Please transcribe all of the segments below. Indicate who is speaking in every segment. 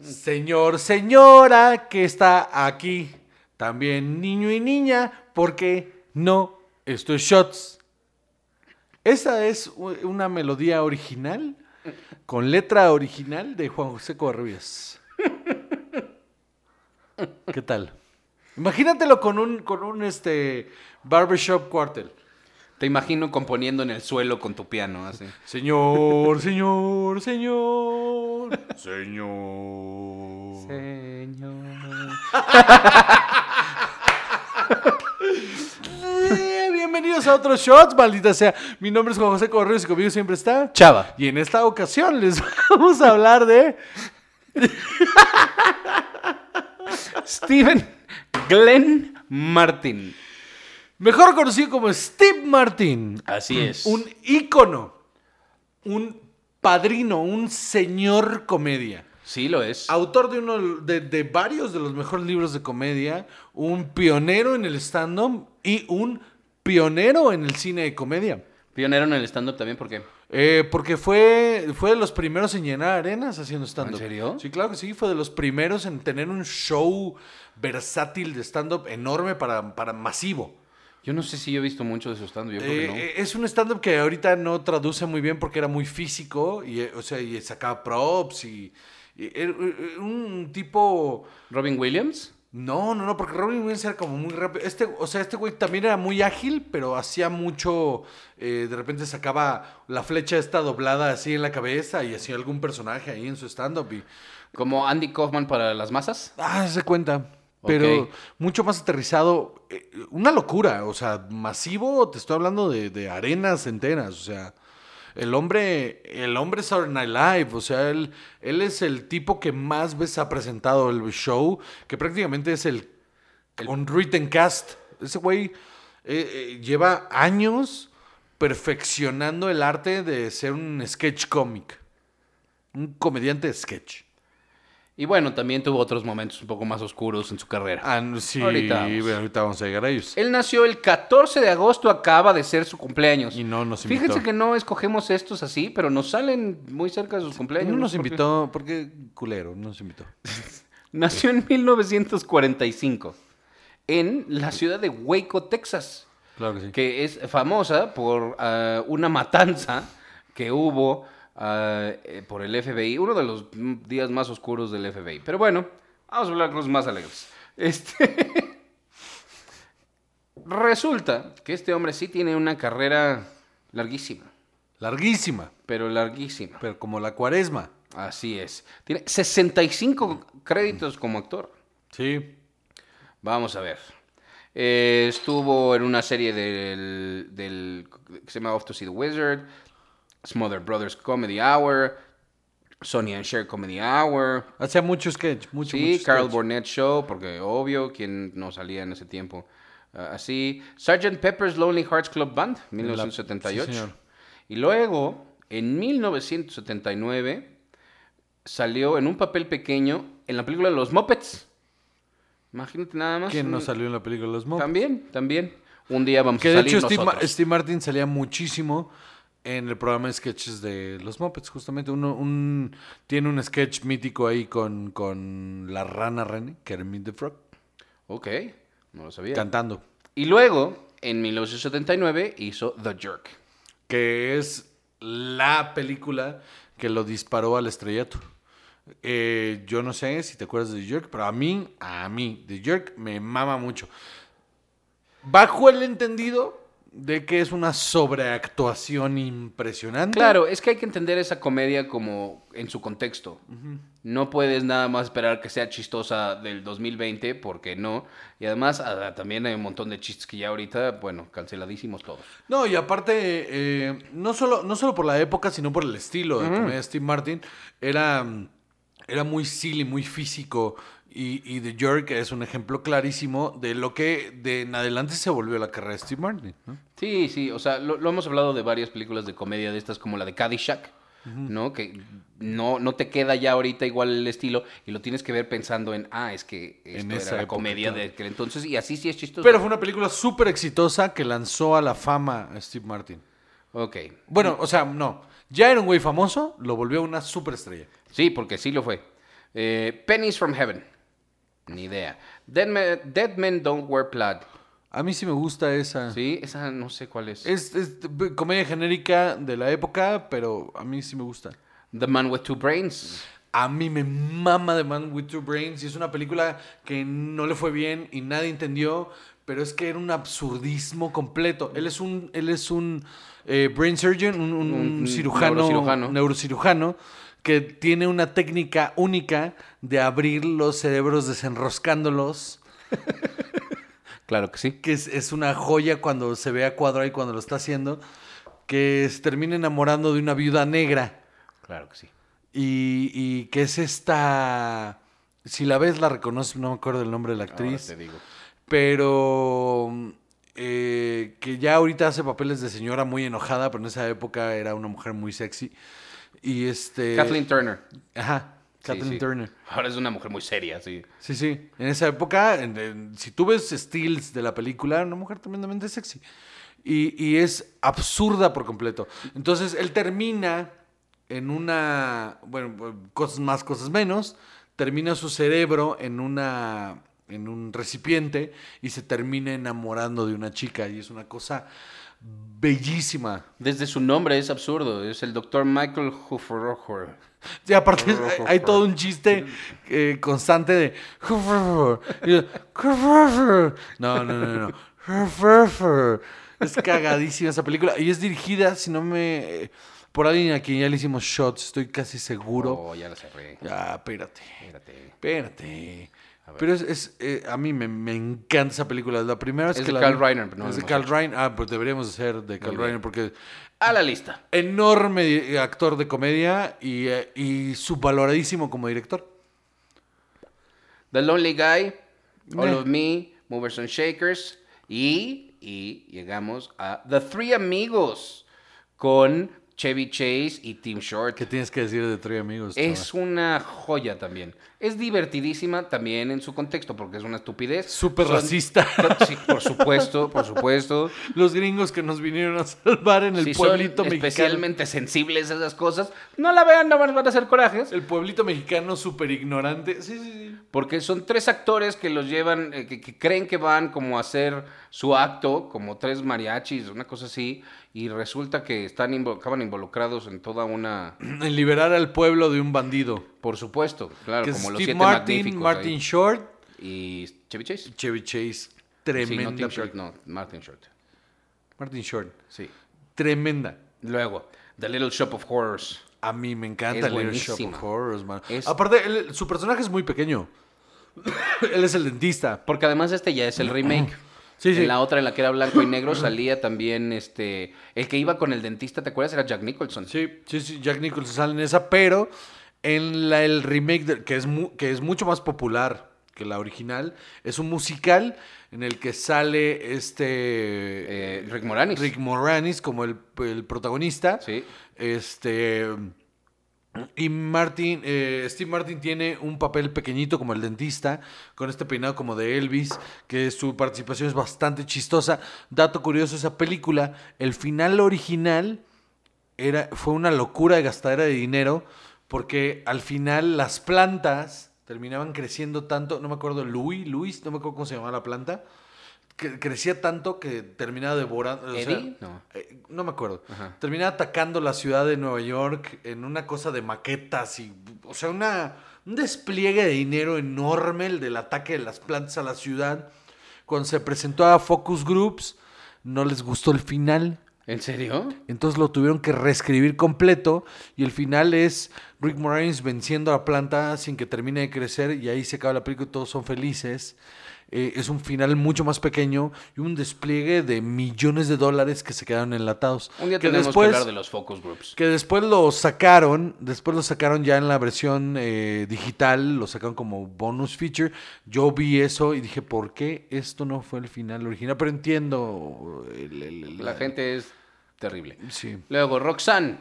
Speaker 1: Señor, señora que está aquí. También niño y niña, porque no, esto es Shots. Esa es u- una melodía original, con letra original de Juan José Covarrubias. ¿Qué tal? Imagínatelo con un, con un este, barbershop cuartel.
Speaker 2: Te imagino componiendo en el suelo con tu piano, así.
Speaker 1: Señor, señor, señor. Señor.
Speaker 2: Señor.
Speaker 1: Eh, Bienvenidos a otros shots, maldita sea. Mi nombre es Juan José Correos y conmigo siempre está Chava. Y en esta ocasión les vamos a hablar de
Speaker 2: Steven Glenn Martin.
Speaker 1: mejor conocido como Steve Martin,
Speaker 2: Así es.
Speaker 1: un ícono, un padrino, un señor comedia.
Speaker 2: Sí, lo es.
Speaker 1: Autor de uno de, de varios de los mejores libros de comedia, un pionero en el stand-up y un pionero en el cine de comedia.
Speaker 2: Pionero en el stand-up también, porque.
Speaker 1: Eh, porque fue, fue de los primeros en llenar arenas haciendo stand-up.
Speaker 2: ¿En serio?
Speaker 1: Sí, claro que sí. Fue de los primeros en tener un show versátil de stand-up enorme para, para masivo.
Speaker 2: Yo no sé si yo he visto mucho de su stand-up. Yo creo
Speaker 1: Eh,
Speaker 2: que no.
Speaker 1: eh, Es un stand-up que ahorita no traduce muy bien porque era muy físico. Y, eh, o sea, y sacaba props y... y era- era un tipo...
Speaker 2: Robin Williams.
Speaker 1: No, no, no, porque Robin Williams era como muy rápido. Este, o sea, este güey también era muy ágil, pero hacía mucho. eh, de repente sacaba la flecha esta doblada así en la cabeza y hacía algún personaje ahí en su stand-up. Y...
Speaker 2: Como Andy Kaufman para las masas.
Speaker 1: Ah, se cuenta.
Speaker 2: Ok.
Speaker 1: Pero mucho más aterrizado. eh, una locura, o sea, masivo. Te estoy hablando de, de arenas enteras, o sea. El hombre, el hombre es Saturday Night Live, o sea, él, él es el tipo que más veces ha presentado el show, que prácticamente es el unwritten cast. Ese güey eh, eh, lleva años perfeccionando el arte de ser un sketch cómic, un comediante de sketch.
Speaker 2: Y bueno, también tuvo otros momentos un poco más oscuros en su carrera.
Speaker 1: Ah, no, sí,
Speaker 2: Ahorita
Speaker 1: ahorita
Speaker 2: vamos.
Speaker 1: vamos. a llegar a ellos.
Speaker 2: Él nació el 14 de agosto, acaba de ser su cumpleaños.
Speaker 1: Y no nos invitó.
Speaker 2: Fíjense que no escogemos estos así, pero nos salen muy cerca de sus cumpleaños.
Speaker 1: no nos
Speaker 2: sé por qué.
Speaker 1: invitó, porque culero, no nos invitó.
Speaker 2: Nació en 1945 en la ciudad de Waco, Texas,
Speaker 1: Claro que sí.
Speaker 2: que es famosa por ah, una matanza que hubo ah, eh, por el FBI, uno de los mm, días más oscuros del FBI. Pero bueno, vamos a hablar de cosas más alegres. Este... Resulta que este hombre sí tiene una carrera larguísima,
Speaker 1: Larguísima,
Speaker 2: pero larguísima.
Speaker 1: pero como la cuaresma.
Speaker 2: Así es. Tiene 65 créditos como actor.
Speaker 1: Sí.
Speaker 2: Vamos a ver. Eh, estuvo en una serie del, del- que se llama Off to See the Wizard, Smother Brothers Comedy Hour, Sonny and Cher Comedy Hour,
Speaker 1: Hacía mucho sketch, mucho,
Speaker 2: sí,
Speaker 1: mucho
Speaker 2: Carl
Speaker 1: sketch.
Speaker 2: Burnett Show, porque obvio, quien no salía en ese tiempo. Ah, así, Sgt. Pepper's Lonely Hearts Club Band, 1978.
Speaker 1: sí, señor.
Speaker 2: y luego, en 1979, salió en un papel pequeño en la película Los Muppets. Imagínate nada más.
Speaker 1: ¿Quién no
Speaker 2: un-
Speaker 1: salió en la película Los Mopes?
Speaker 2: También, también. Un día vamos
Speaker 1: Que
Speaker 2: a
Speaker 1: de
Speaker 2: salir
Speaker 1: hecho Steve, Ma-
Speaker 2: nosotros.
Speaker 1: Steve Martin salía muchísimo en el programa de sketches de los Muppets, justamente. Uno, un, tiene un sketch mítico ahí con, con la rana René, Kermit the Frog,
Speaker 2: Ok, no lo sabía.
Speaker 1: cantando.
Speaker 2: Y luego, en 1979, hizo The Jerk.
Speaker 1: que es la película que lo disparó al estrellato. Eh, yo no sé si te acuerdas de The Jerk, pero a mí, a mí, The Jerk me mama mucho. Bajo el entendido de que es una sobreactuación impresionante.
Speaker 2: Claro, es que hay que entender esa comedia como en su contexto. No puedes nada más esperar que sea chistosa del 2020, porque no. Y además, ah, también hay un montón de chistes que ya ahorita, bueno, canceladísimos todos.
Speaker 1: No, y aparte, eh, no, solo, no solo por la época, sino por el estilo de comedia de Steve Martin. Era, mm, era muy silly, muy físico. Y, y The Jerk es un ejemplo clarísimo de lo que de en adelante se volvió la carrera de Steve Martin. ¿no?
Speaker 2: Sí, sí, o sea, lo, lo hemos hablado de varias películas de comedia de estas, como la de Caddyshack, ¿no? Que no, no te queda ya ahorita igual el estilo y lo tienes que ver pensando en, ah, es que esto
Speaker 1: En
Speaker 2: era
Speaker 1: esa
Speaker 2: la
Speaker 1: época,
Speaker 2: comedia
Speaker 1: claro.
Speaker 2: de aquel entonces y así sí es chistoso.
Speaker 1: Pero fue una película súper exitosa que lanzó a la fama a Steve Martin.
Speaker 2: Ok,
Speaker 1: Bueno, o sea, no. Ya era un güey famoso, lo volvió una superestrella.
Speaker 2: sí, porque sí lo fue. Eh, Pennies from Heaven. Ni idea. Dead Men, Dead Men Don't Wear Plaid.
Speaker 1: A mí sí me gusta esa.
Speaker 2: Sí, esa no sé cuál es.
Speaker 1: Es, es b- comedia genérica de la época, pero a mí sí me gusta.
Speaker 2: The Man with Two Brains.
Speaker 1: A mí me mama The Man with Two Brains y es una película que no le fue bien y nadie entendió, pero es que era un absurdismo completo. Él es un, él es un eh, brain surgeon, un, un
Speaker 2: Un
Speaker 1: cirujano,
Speaker 2: neurocirujano.
Speaker 1: neurocirujano que tiene una técnica única de abrir los cerebros desenroscándolos,
Speaker 2: Claro que sí.
Speaker 1: que es, es una joya cuando se ve a cuadro y cuando lo está haciendo, que se termina enamorando de una viuda negra.
Speaker 2: Claro que sí.
Speaker 1: Y, y que es esta. Si la ves, la reconoces, no me acuerdo el nombre de la
Speaker 2: Ahora
Speaker 1: actriz.
Speaker 2: te digo.
Speaker 1: Pero. mm, eh, que ya ahorita hace papeles de señora muy enojada, pero en esa época era una mujer muy sexy. Y este.
Speaker 2: Kathleen Turner.
Speaker 1: Ajá,
Speaker 2: Sí,
Speaker 1: Kathleen
Speaker 2: sí.
Speaker 1: Turner.
Speaker 2: Ahora es una mujer muy seria, sí.
Speaker 1: Sí, sí. En esa época, en- en- si tú ves Steels de la película, era una mujer tremendamente sexy. Y, y es absurda por completo. Entonces, él termina en una. Bueno, pues, cosas más, cosas menos. Termina su cerebro en una. en un recipiente y se termina enamorando de una chica. Y es una cosa bellísima.
Speaker 2: Desde su nombre es absurdo. Es el doctor Michael Huforohor.
Speaker 1: Y aparte es- hay, hay todo un chiste eh, constante de... y yo, No, no, no, no. Es cagadísima esa película. Y es dirigida, si no me... eh, Por alguien a quien ya le hicimos shots, estoy casi seguro.
Speaker 2: Oh, ya la cerré.
Speaker 1: Ya, espérate.
Speaker 2: Espérate.
Speaker 1: Espérate. Pero es, es, eh, a mí me, me encanta esa película. La primera vez
Speaker 2: Es
Speaker 1: que
Speaker 2: de
Speaker 1: la
Speaker 2: Carl
Speaker 1: vi-
Speaker 2: Reiner, pero no
Speaker 1: es
Speaker 2: lo
Speaker 1: de
Speaker 2: hemos
Speaker 1: Carl Reiner. Ah, pues deberíamos hacer de Carl
Speaker 2: bien.
Speaker 1: Reiner porque
Speaker 2: A la lista.
Speaker 1: enorme di- actor de comedia y, eh, y subvaloradísimo como director.
Speaker 2: The Lonely Guy, All
Speaker 1: Meh.
Speaker 2: of Me, Movers and Shakers y, y llegamos a The Three Amigos con Chevy Chase y Tim Short.
Speaker 1: ¿Qué tienes que decir de Three Amigos? chaval?
Speaker 2: Es una joya también. Es divertidísima también en su contexto porque es una estupidez.
Speaker 1: Súper
Speaker 2: Son-
Speaker 1: racista.
Speaker 2: Sí, por supuesto, por supuesto.
Speaker 1: Los gringos que nos vinieron a salvar en el
Speaker 2: si son
Speaker 1: pueblito mexicano.
Speaker 2: especialmente sensibles a esas cosas, no la vean, no van van a hacer corajes.
Speaker 1: El pueblito mexicano súper ignorante. Sí, sí, sí.
Speaker 2: Porque son tres actores que los llevan, eh, que, que creen que van como a hacer su acto, como tres mariachis, una cosa así, y resulta que están invo- acaban involucrados en toda una...
Speaker 1: En liberar al pueblo de un bandido.
Speaker 2: Por supuesto, claro,
Speaker 1: que es
Speaker 2: como los
Speaker 1: Steve
Speaker 2: siete
Speaker 1: Martin,
Speaker 2: magníficos
Speaker 1: Martin
Speaker 2: ahí.
Speaker 1: Short,
Speaker 2: Y Chevy Chase.
Speaker 1: Chevy Chase.
Speaker 2: Sí, no,
Speaker 1: Tremenda.
Speaker 2: Tim Short,
Speaker 1: peli-
Speaker 2: no, Martin Short.
Speaker 1: Martin Short.
Speaker 2: Sí.
Speaker 1: Tremenda.
Speaker 2: Luego, The Little Shop of Horrors.
Speaker 1: A mí me encanta
Speaker 2: Es
Speaker 1: el Shop
Speaker 2: buenísima.
Speaker 1: of Horrors, man.
Speaker 2: Es-
Speaker 1: Aparte, él- su personaje es muy pequeño. él es el dentista.
Speaker 2: Porque además este ya es el remake.
Speaker 1: Sí, sí.
Speaker 2: En la otra, en la que era blanco y negro, salía también este... El que iba con el dentista, ¿te acuerdas? Era Jack Nicholson.
Speaker 1: Sí, sí, sí, Jack Nicholson sale en esa, pero en la, el remake, de- que, es mu- que es mucho más popular que la original, es un musical en el que sale este
Speaker 2: Eh, Rick Moranis.
Speaker 1: Rick Moranis como el, el protagonista.
Speaker 2: Sí.
Speaker 1: Este. Y Martin, eh, Steve Martin tiene un papel pequeñito como el dentista, con este peinado como de Elvis, que su participación es bastante chistosa. Dato curioso, esa película, el final original era, fue una locura de gastadera de dinero, porque al final las plantas terminaban creciendo tanto, no me acuerdo, Louis, Luis, no me acuerdo cómo se llamaba la planta, que crecía tanto que terminaba devorando. o sea,
Speaker 2: ¿Eddie? No.
Speaker 1: eh, no me acuerdo.
Speaker 2: Ajá.
Speaker 1: Termina atacando la ciudad de Nueva York en una cosa de maquetas y, o sea, una, un despliegue de dinero enorme el del ataque de las plantas a la ciudad. Cuando se presentó a Focus Groups, no les gustó el final.
Speaker 2: ¿En serio?
Speaker 1: Entonces lo tuvieron que reescribir completo y el final es Rick Moranis venciendo a la planta sin que termine de crecer y ahí se acaba la película y todos son felices. Eh, es un final mucho más pequeño y un despliegue de millones de dólares que se quedaron enlatados.
Speaker 2: Un día
Speaker 1: que
Speaker 2: tenemos
Speaker 1: después,
Speaker 2: que hablar de los focus groups.
Speaker 1: que después lo sacaron, después lo sacaron ya en la versión eh, digital, lo sacaron como bonus feature. Yo vi eso y dije, ¿por qué esto no fue el final original? Pero entiendo el- el- el-
Speaker 2: La gente es terrible.
Speaker 1: Sí.
Speaker 2: Luego, Roxanne,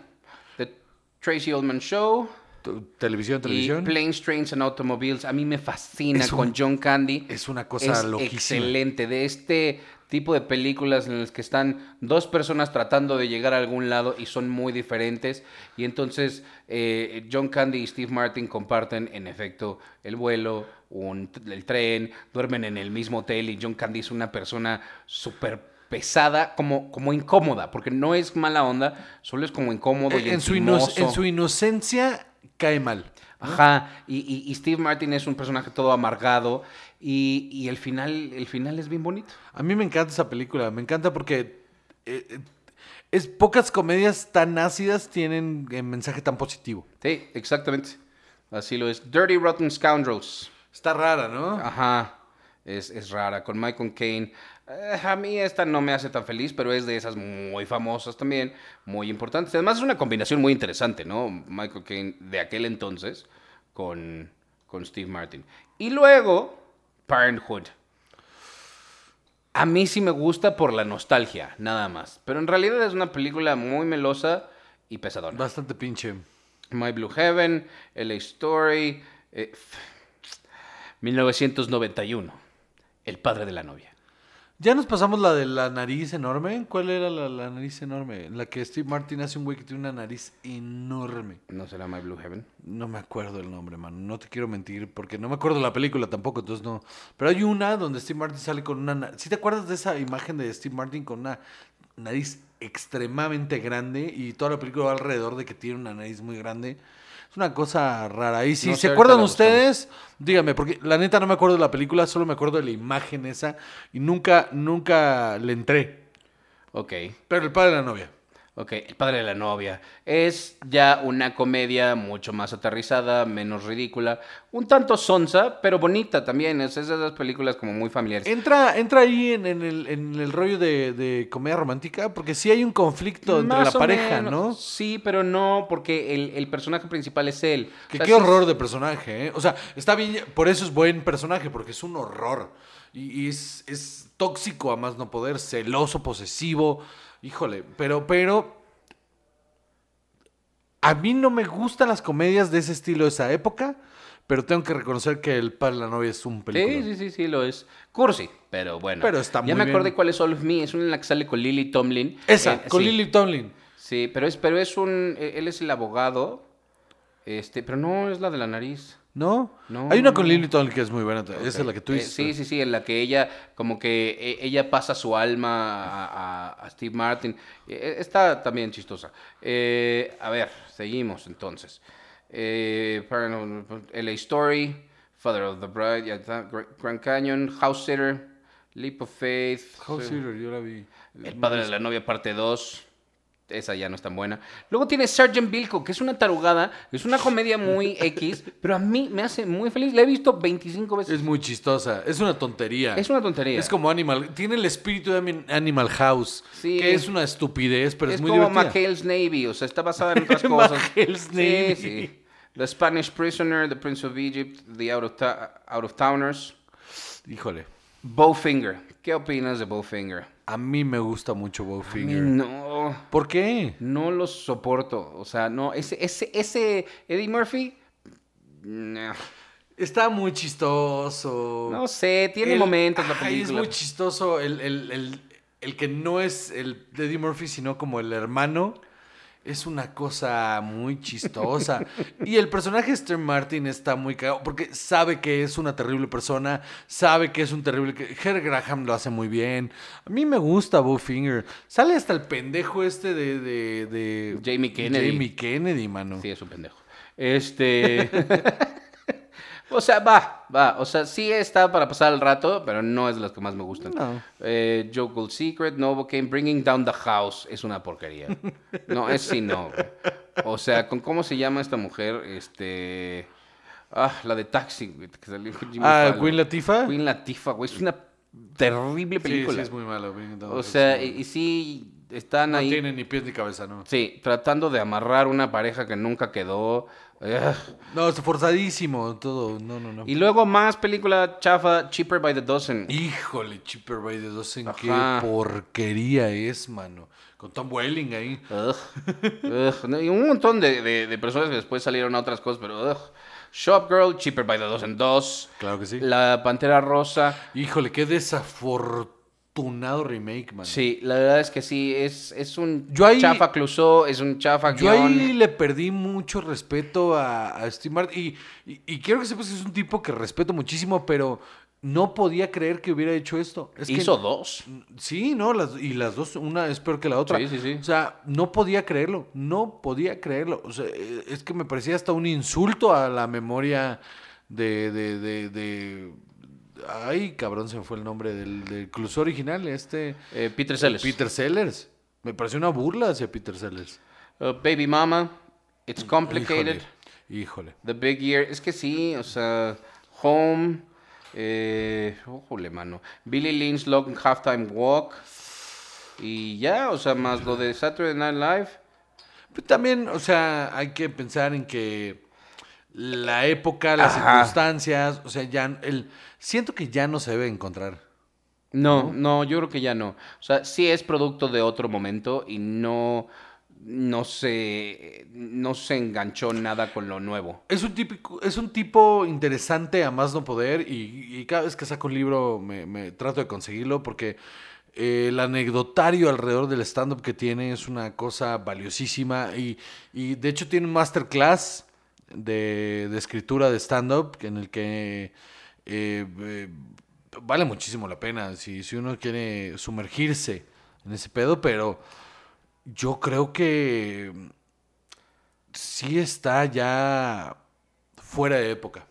Speaker 2: The Tracy Oldman Show
Speaker 1: T- Televisión, televisión.
Speaker 2: y Planes, Trains and Automobiles. A mí me fascina
Speaker 1: Es un-
Speaker 2: con John Candy.
Speaker 1: es una cosa loquísima.
Speaker 2: excelente. De este tipo de películas en las que están dos personas tratando de llegar a algún lado y son muy diferentes. Y entonces eh, John Candy y Steve Martin comparten, en efecto, el vuelo, un- el tren, duermen en el mismo hotel y John Candy es una persona súper pesada, como, como incómoda, porque no es mala onda, solo es como incómodo. y
Speaker 1: E, en, su ino-
Speaker 2: encimoso.
Speaker 1: en su inocencia cae mal.
Speaker 2: Ajá, y, y- y Steve Martin es un personaje todo amargado y, y el, final, el final es bien bonito.
Speaker 1: A mí me encanta esa película, me encanta porque eh, eh, es pocas comedias tan ácidas tienen eh, mensaje tan positivo.
Speaker 2: Sí, exactamente. Así lo es. Dirty Rotten Scoundrels.
Speaker 1: Está rara, ¿no?
Speaker 2: Ah. Ajá, es, es rara, con Michael Caine. Eh, a mí esta no me hace tan feliz, pero es de esas muy famosas también, muy importantes. Además es una combinación muy interesante, ¿no? Michael Caine de aquel entonces con, con Steve Martin. Y luego, Parenthood. A mí sí me gusta por la nostalgia, nada más. Pero en realidad es una película muy melosa y pesadona.
Speaker 1: Bastante pinche.
Speaker 2: My Blue Heaven, LA Story, eh, f- 1991, El padre de la novia.
Speaker 1: Ya nos pasamos la de la nariz enorme. ¿Cuál era la, la nariz enorme? La que Steve Martin hace un güey que tiene una nariz enorme.
Speaker 2: ¿No será My Blue Heaven?
Speaker 1: No me acuerdo el nombre, man. No te quiero mentir porque no me acuerdo la película tampoco, entonces no. Pero hay una donde Steve Martin sale con una... na- ¿Sí te acuerdas de esa imagen de Steve Martin con una nariz extremadamente grande y toda la película va alrededor de que tiene una nariz muy grande? Es una cosa rara. Y si
Speaker 2: No sé,
Speaker 1: se
Speaker 2: ahorita
Speaker 1: acuerdan
Speaker 2: la buscamos.
Speaker 1: ustedes, díganme, porque la neta no me acuerdo de la película, solo me acuerdo de la imagen esa y nunca, nunca le entré.
Speaker 2: Ok,
Speaker 1: Pero el padre de la novia.
Speaker 2: ok, El padre de la novia. Es ya una comedia mucho más aterrizada, menos ridícula, un tanto sonsa, pero bonita también. Es es de esas películas como muy familiares.
Speaker 1: Entra, entra ahí en, en el, en el rollo de, de comedia romántica, porque sí hay un conflicto entre
Speaker 2: Más
Speaker 1: la
Speaker 2: o
Speaker 1: pareja,
Speaker 2: menos.
Speaker 1: ¿no?
Speaker 2: Sí, pero no, porque el, el personaje principal es él. O
Speaker 1: Que
Speaker 2: sea,
Speaker 1: qué
Speaker 2: sí-
Speaker 1: horror de personaje, ¿eh? O sea, está bien, por eso es buen personaje, porque es un horror. Y, y es, es tóxico a más no poder, celoso, posesivo. Híjole, pero, pero. A mí no me gustan las comedias de ese estilo de esa época, pero tengo que reconocer que El Padre de la Novia es un película.
Speaker 2: Sí, sí, sí, sí, lo es. Cursi, pero bueno.
Speaker 1: Pero está muy
Speaker 2: Ya me
Speaker 1: bien.
Speaker 2: acordé cuál es All of Me. Es una en la que sale con Lily Tomlin.
Speaker 1: Esa,
Speaker 2: Eh,
Speaker 1: con
Speaker 2: sí,
Speaker 1: Lily Tomlin.
Speaker 2: Sí, pero es, pero es un. eh, Él es el abogado. Este, pero no es la de la nariz.
Speaker 1: ¿No?
Speaker 2: No,
Speaker 1: Hay una
Speaker 2: no,
Speaker 1: con
Speaker 2: no.
Speaker 1: Lily Tomlin que es muy buena. Esa es la que tú
Speaker 2: Eh,
Speaker 1: dices.
Speaker 2: sí, sí, sí, en la que ella, como que eh, ella pasa su alma a, a- a Steve Martin. Eh, está también chistosa. Eh, a ver, seguimos entonces. Eh, Paranormal- LA Story, Father of the Bride, ya está, Gra- Grand Canyon, House Sitter, Leap of Faith.
Speaker 1: House
Speaker 2: Sí.
Speaker 1: Sitter, yo la vi.
Speaker 2: El padre de la novia, parte 2. Esa ya no es tan buena. Luego tiene Sergeant Bilko, que es una tarugada. Es una comedia muy X, pero a mí me hace muy feliz. La he visto 25 veces.
Speaker 1: Es muy chistosa. Es una tontería.
Speaker 2: Es una tontería.
Speaker 1: Es como Animal. Tiene el espíritu de Ami- Animal House.
Speaker 2: Sí.
Speaker 1: Que es una estupidez, pero es,
Speaker 2: es
Speaker 1: muy
Speaker 2: como
Speaker 1: divertida.
Speaker 2: McHale's Navy, o sea, está basada en otras cosas.
Speaker 1: McHale's Navy.
Speaker 2: Sí, sí. The Spanish Prisoner, The Prince of Egypt, The Out of, Ta- Out of Towners,
Speaker 1: Híjole.
Speaker 2: Bowfinger. ¿Qué opinas de Bowfinger?
Speaker 1: A mí me gusta mucho
Speaker 2: A
Speaker 1: Bowfinger.
Speaker 2: mí No,
Speaker 1: ¿Por qué?
Speaker 2: no lo soporto. O sea, no, ese, ese, ese Eddie Murphy, no,
Speaker 1: Está muy chistoso.
Speaker 2: no sé, tiene
Speaker 1: El-
Speaker 2: momentos la
Speaker 1: Ay,
Speaker 2: película.
Speaker 1: es muy chistoso el, el- el- el que no es el de Eddie Murphy, sino como el hermano. Es una cosa muy chistosa. y el personaje de Stern Martin está muy cagado porque sabe que es una terrible persona, sabe que es un terrible... que- Her Graham lo hace muy bien. A mí me gusta Bowfinger. Sale hasta el pendejo este de... de- de-
Speaker 2: Jamie Kennedy.
Speaker 1: Jamie Kennedy, mano.
Speaker 2: Sí, es un pendejo. Este. o sea, va, va. O sea, sí está para pasar el rato, pero no es de las que más me gustan.
Speaker 1: No.
Speaker 2: Eh, Jokel Secret, Novocaine, Bringing Down the House es una porquería. No, es sí, no. güey. O sea, ¿con cómo se llama esta mujer? Este. Ah, la de Taxi, güey, que salió con Jimmy
Speaker 1: Ah,
Speaker 2: Fallon.
Speaker 1: Queen Latifah.
Speaker 2: Queen Latifah, güey. Es una terrible
Speaker 1: Sí, sí,
Speaker 2: película.
Speaker 1: es muy malo. Bring It Down.
Speaker 2: o sea, y, y sí están
Speaker 1: no
Speaker 2: ahí.
Speaker 1: tiene ni pies ni cabeza, ¿no?
Speaker 2: Sí, tratando de amarrar una pareja que nunca quedó. Ugh.
Speaker 1: No, es forzadísimo todo. No, no, no.
Speaker 2: Y luego más película chafa, Cheaper by the Dozen.
Speaker 1: Híjole, Cheaper by the Dozen,
Speaker 2: Ajá.
Speaker 1: qué porquería es, mano. Con Tom Welling ahí.
Speaker 2: Ugh. Ugh. No, y un montón de, de- de personas que después salieron a otras cosas, pero ugh. Shop Girl, Cheaper by the Dozen 2.
Speaker 1: Claro que sí.
Speaker 2: La Pantera Rosa.
Speaker 1: Híjole, qué desafortunado tunado remake, man.
Speaker 2: Sí, la verdad es que sí, es, es un
Speaker 1: Yo ahí-
Speaker 2: chafa clusó, es un chafa
Speaker 1: Yo
Speaker 2: guión.
Speaker 1: ahí le perdí mucho respeto a, a Steve Martin. Y, y- y quiero que sepas que es un tipo que respeto muchísimo, pero no podía creer que hubiera hecho esto. Es que-
Speaker 2: Hizo dos.
Speaker 1: Sí, no, las, y las dos, una es peor que la otra.
Speaker 2: Sí, sí, sí.
Speaker 1: O sea, no podía creerlo, no podía creerlo. O sea, eh, es que me parecía hasta un insulto a la memoria de. de, de, de- Ay, cabrón, se me fue el nombre del, del cluso original, este.
Speaker 2: Eh, Peter Sellers.
Speaker 1: Peter Sellers. Me pareció una burla hacia Peter Sellers.
Speaker 2: Uh, Baby Mama, It's Complicated,
Speaker 1: Híjole. híjole.
Speaker 2: The Big Year. Es que sí, o sea, Home, eh, ¡Ojole, mano. Billy Lynch, Long Halftime Walk. Y ya, o sea, más lo de Saturday Night Live.
Speaker 1: Pero Pues también, o sea, hay que pensar en que la época, las
Speaker 2: Ajá.
Speaker 1: circunstancias, o sea, ya el siento que ya no se debe encontrar.
Speaker 2: No, no, yo creo que ya no. O sea, sí es producto de otro momento y no, no se, no se enganchó nada con lo nuevo.
Speaker 1: Es un, típico, es un tipo interesante a más no poder y, y cada vez que saco un libro me, me trato de conseguirlo porque eh, el anecdotario alrededor del stand-up que tiene es una cosa valiosísima y, y de hecho tiene un masterclass de, de escritura de stand-up en el que eh, eh, vale muchísimo la pena si, si uno quiere sumergirse en ese pedo, pero yo creo que sí está ya fuera de época.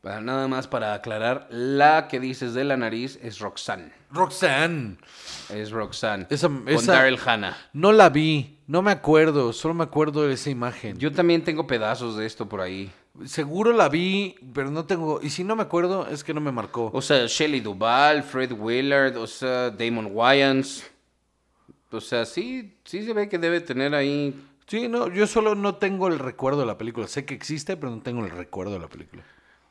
Speaker 2: Para nada más para aclarar, la que dices de la nariz es Roxanne.
Speaker 1: Roxanne.
Speaker 2: Es Roxanne.
Speaker 1: Esa-
Speaker 2: con
Speaker 1: esa-
Speaker 2: Daryl Hannah.
Speaker 1: No la vi, no me acuerdo, solo me acuerdo de esa imagen.
Speaker 2: Yo también tengo pedazos de esto por ahí.
Speaker 1: seguro la vi, pero no tengo... Y si no me acuerdo, es que no me marcó.
Speaker 2: O sea, Shelley Duvall, Fred Willard, o sea, Damon Wayans. O sea, sí, sí se ve que debe tener ahí.
Speaker 1: Sí, no, yo solo no tengo el recuerdo de la película. Sé que existe, pero no tengo el recuerdo de la película.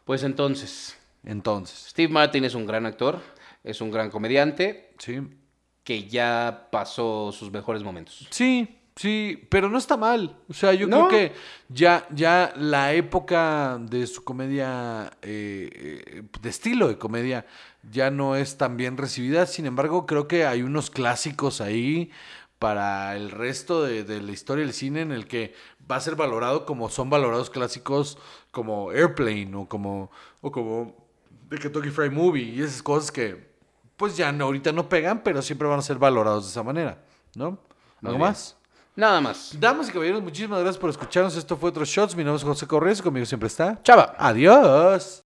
Speaker 2: Pues entonces,
Speaker 1: Entonces,
Speaker 2: Steve Martin es un gran actor, es un gran comediante
Speaker 1: sí.
Speaker 2: que ya pasó sus mejores momentos.
Speaker 1: Sí, sí, pero no está mal. O sea, yo creo
Speaker 2: No.
Speaker 1: que ya, ya la época de su comedia, eh, eh, de estilo de comedia, ya no es tan bien recibida. Sin embargo, creo que hay unos clásicos ahí para el resto de, de la historia del cine en el que va a ser valorado como son valorados clásicos como Airplane o como, o como The Kentucky Fried Movie y esas cosas que pues ya no, ahorita no pegan, pero siempre van a ser valorados de esa manera, ¿no?
Speaker 2: Muy
Speaker 1: ¿Algo
Speaker 2: bien.
Speaker 1: más?
Speaker 2: Nada más.
Speaker 1: Damas y caballeros, muchísimas gracias por escucharnos. Esto fue Otros Shots. Mi nombre es José Correa y conmigo siempre está.
Speaker 2: Chava.
Speaker 1: Adiós.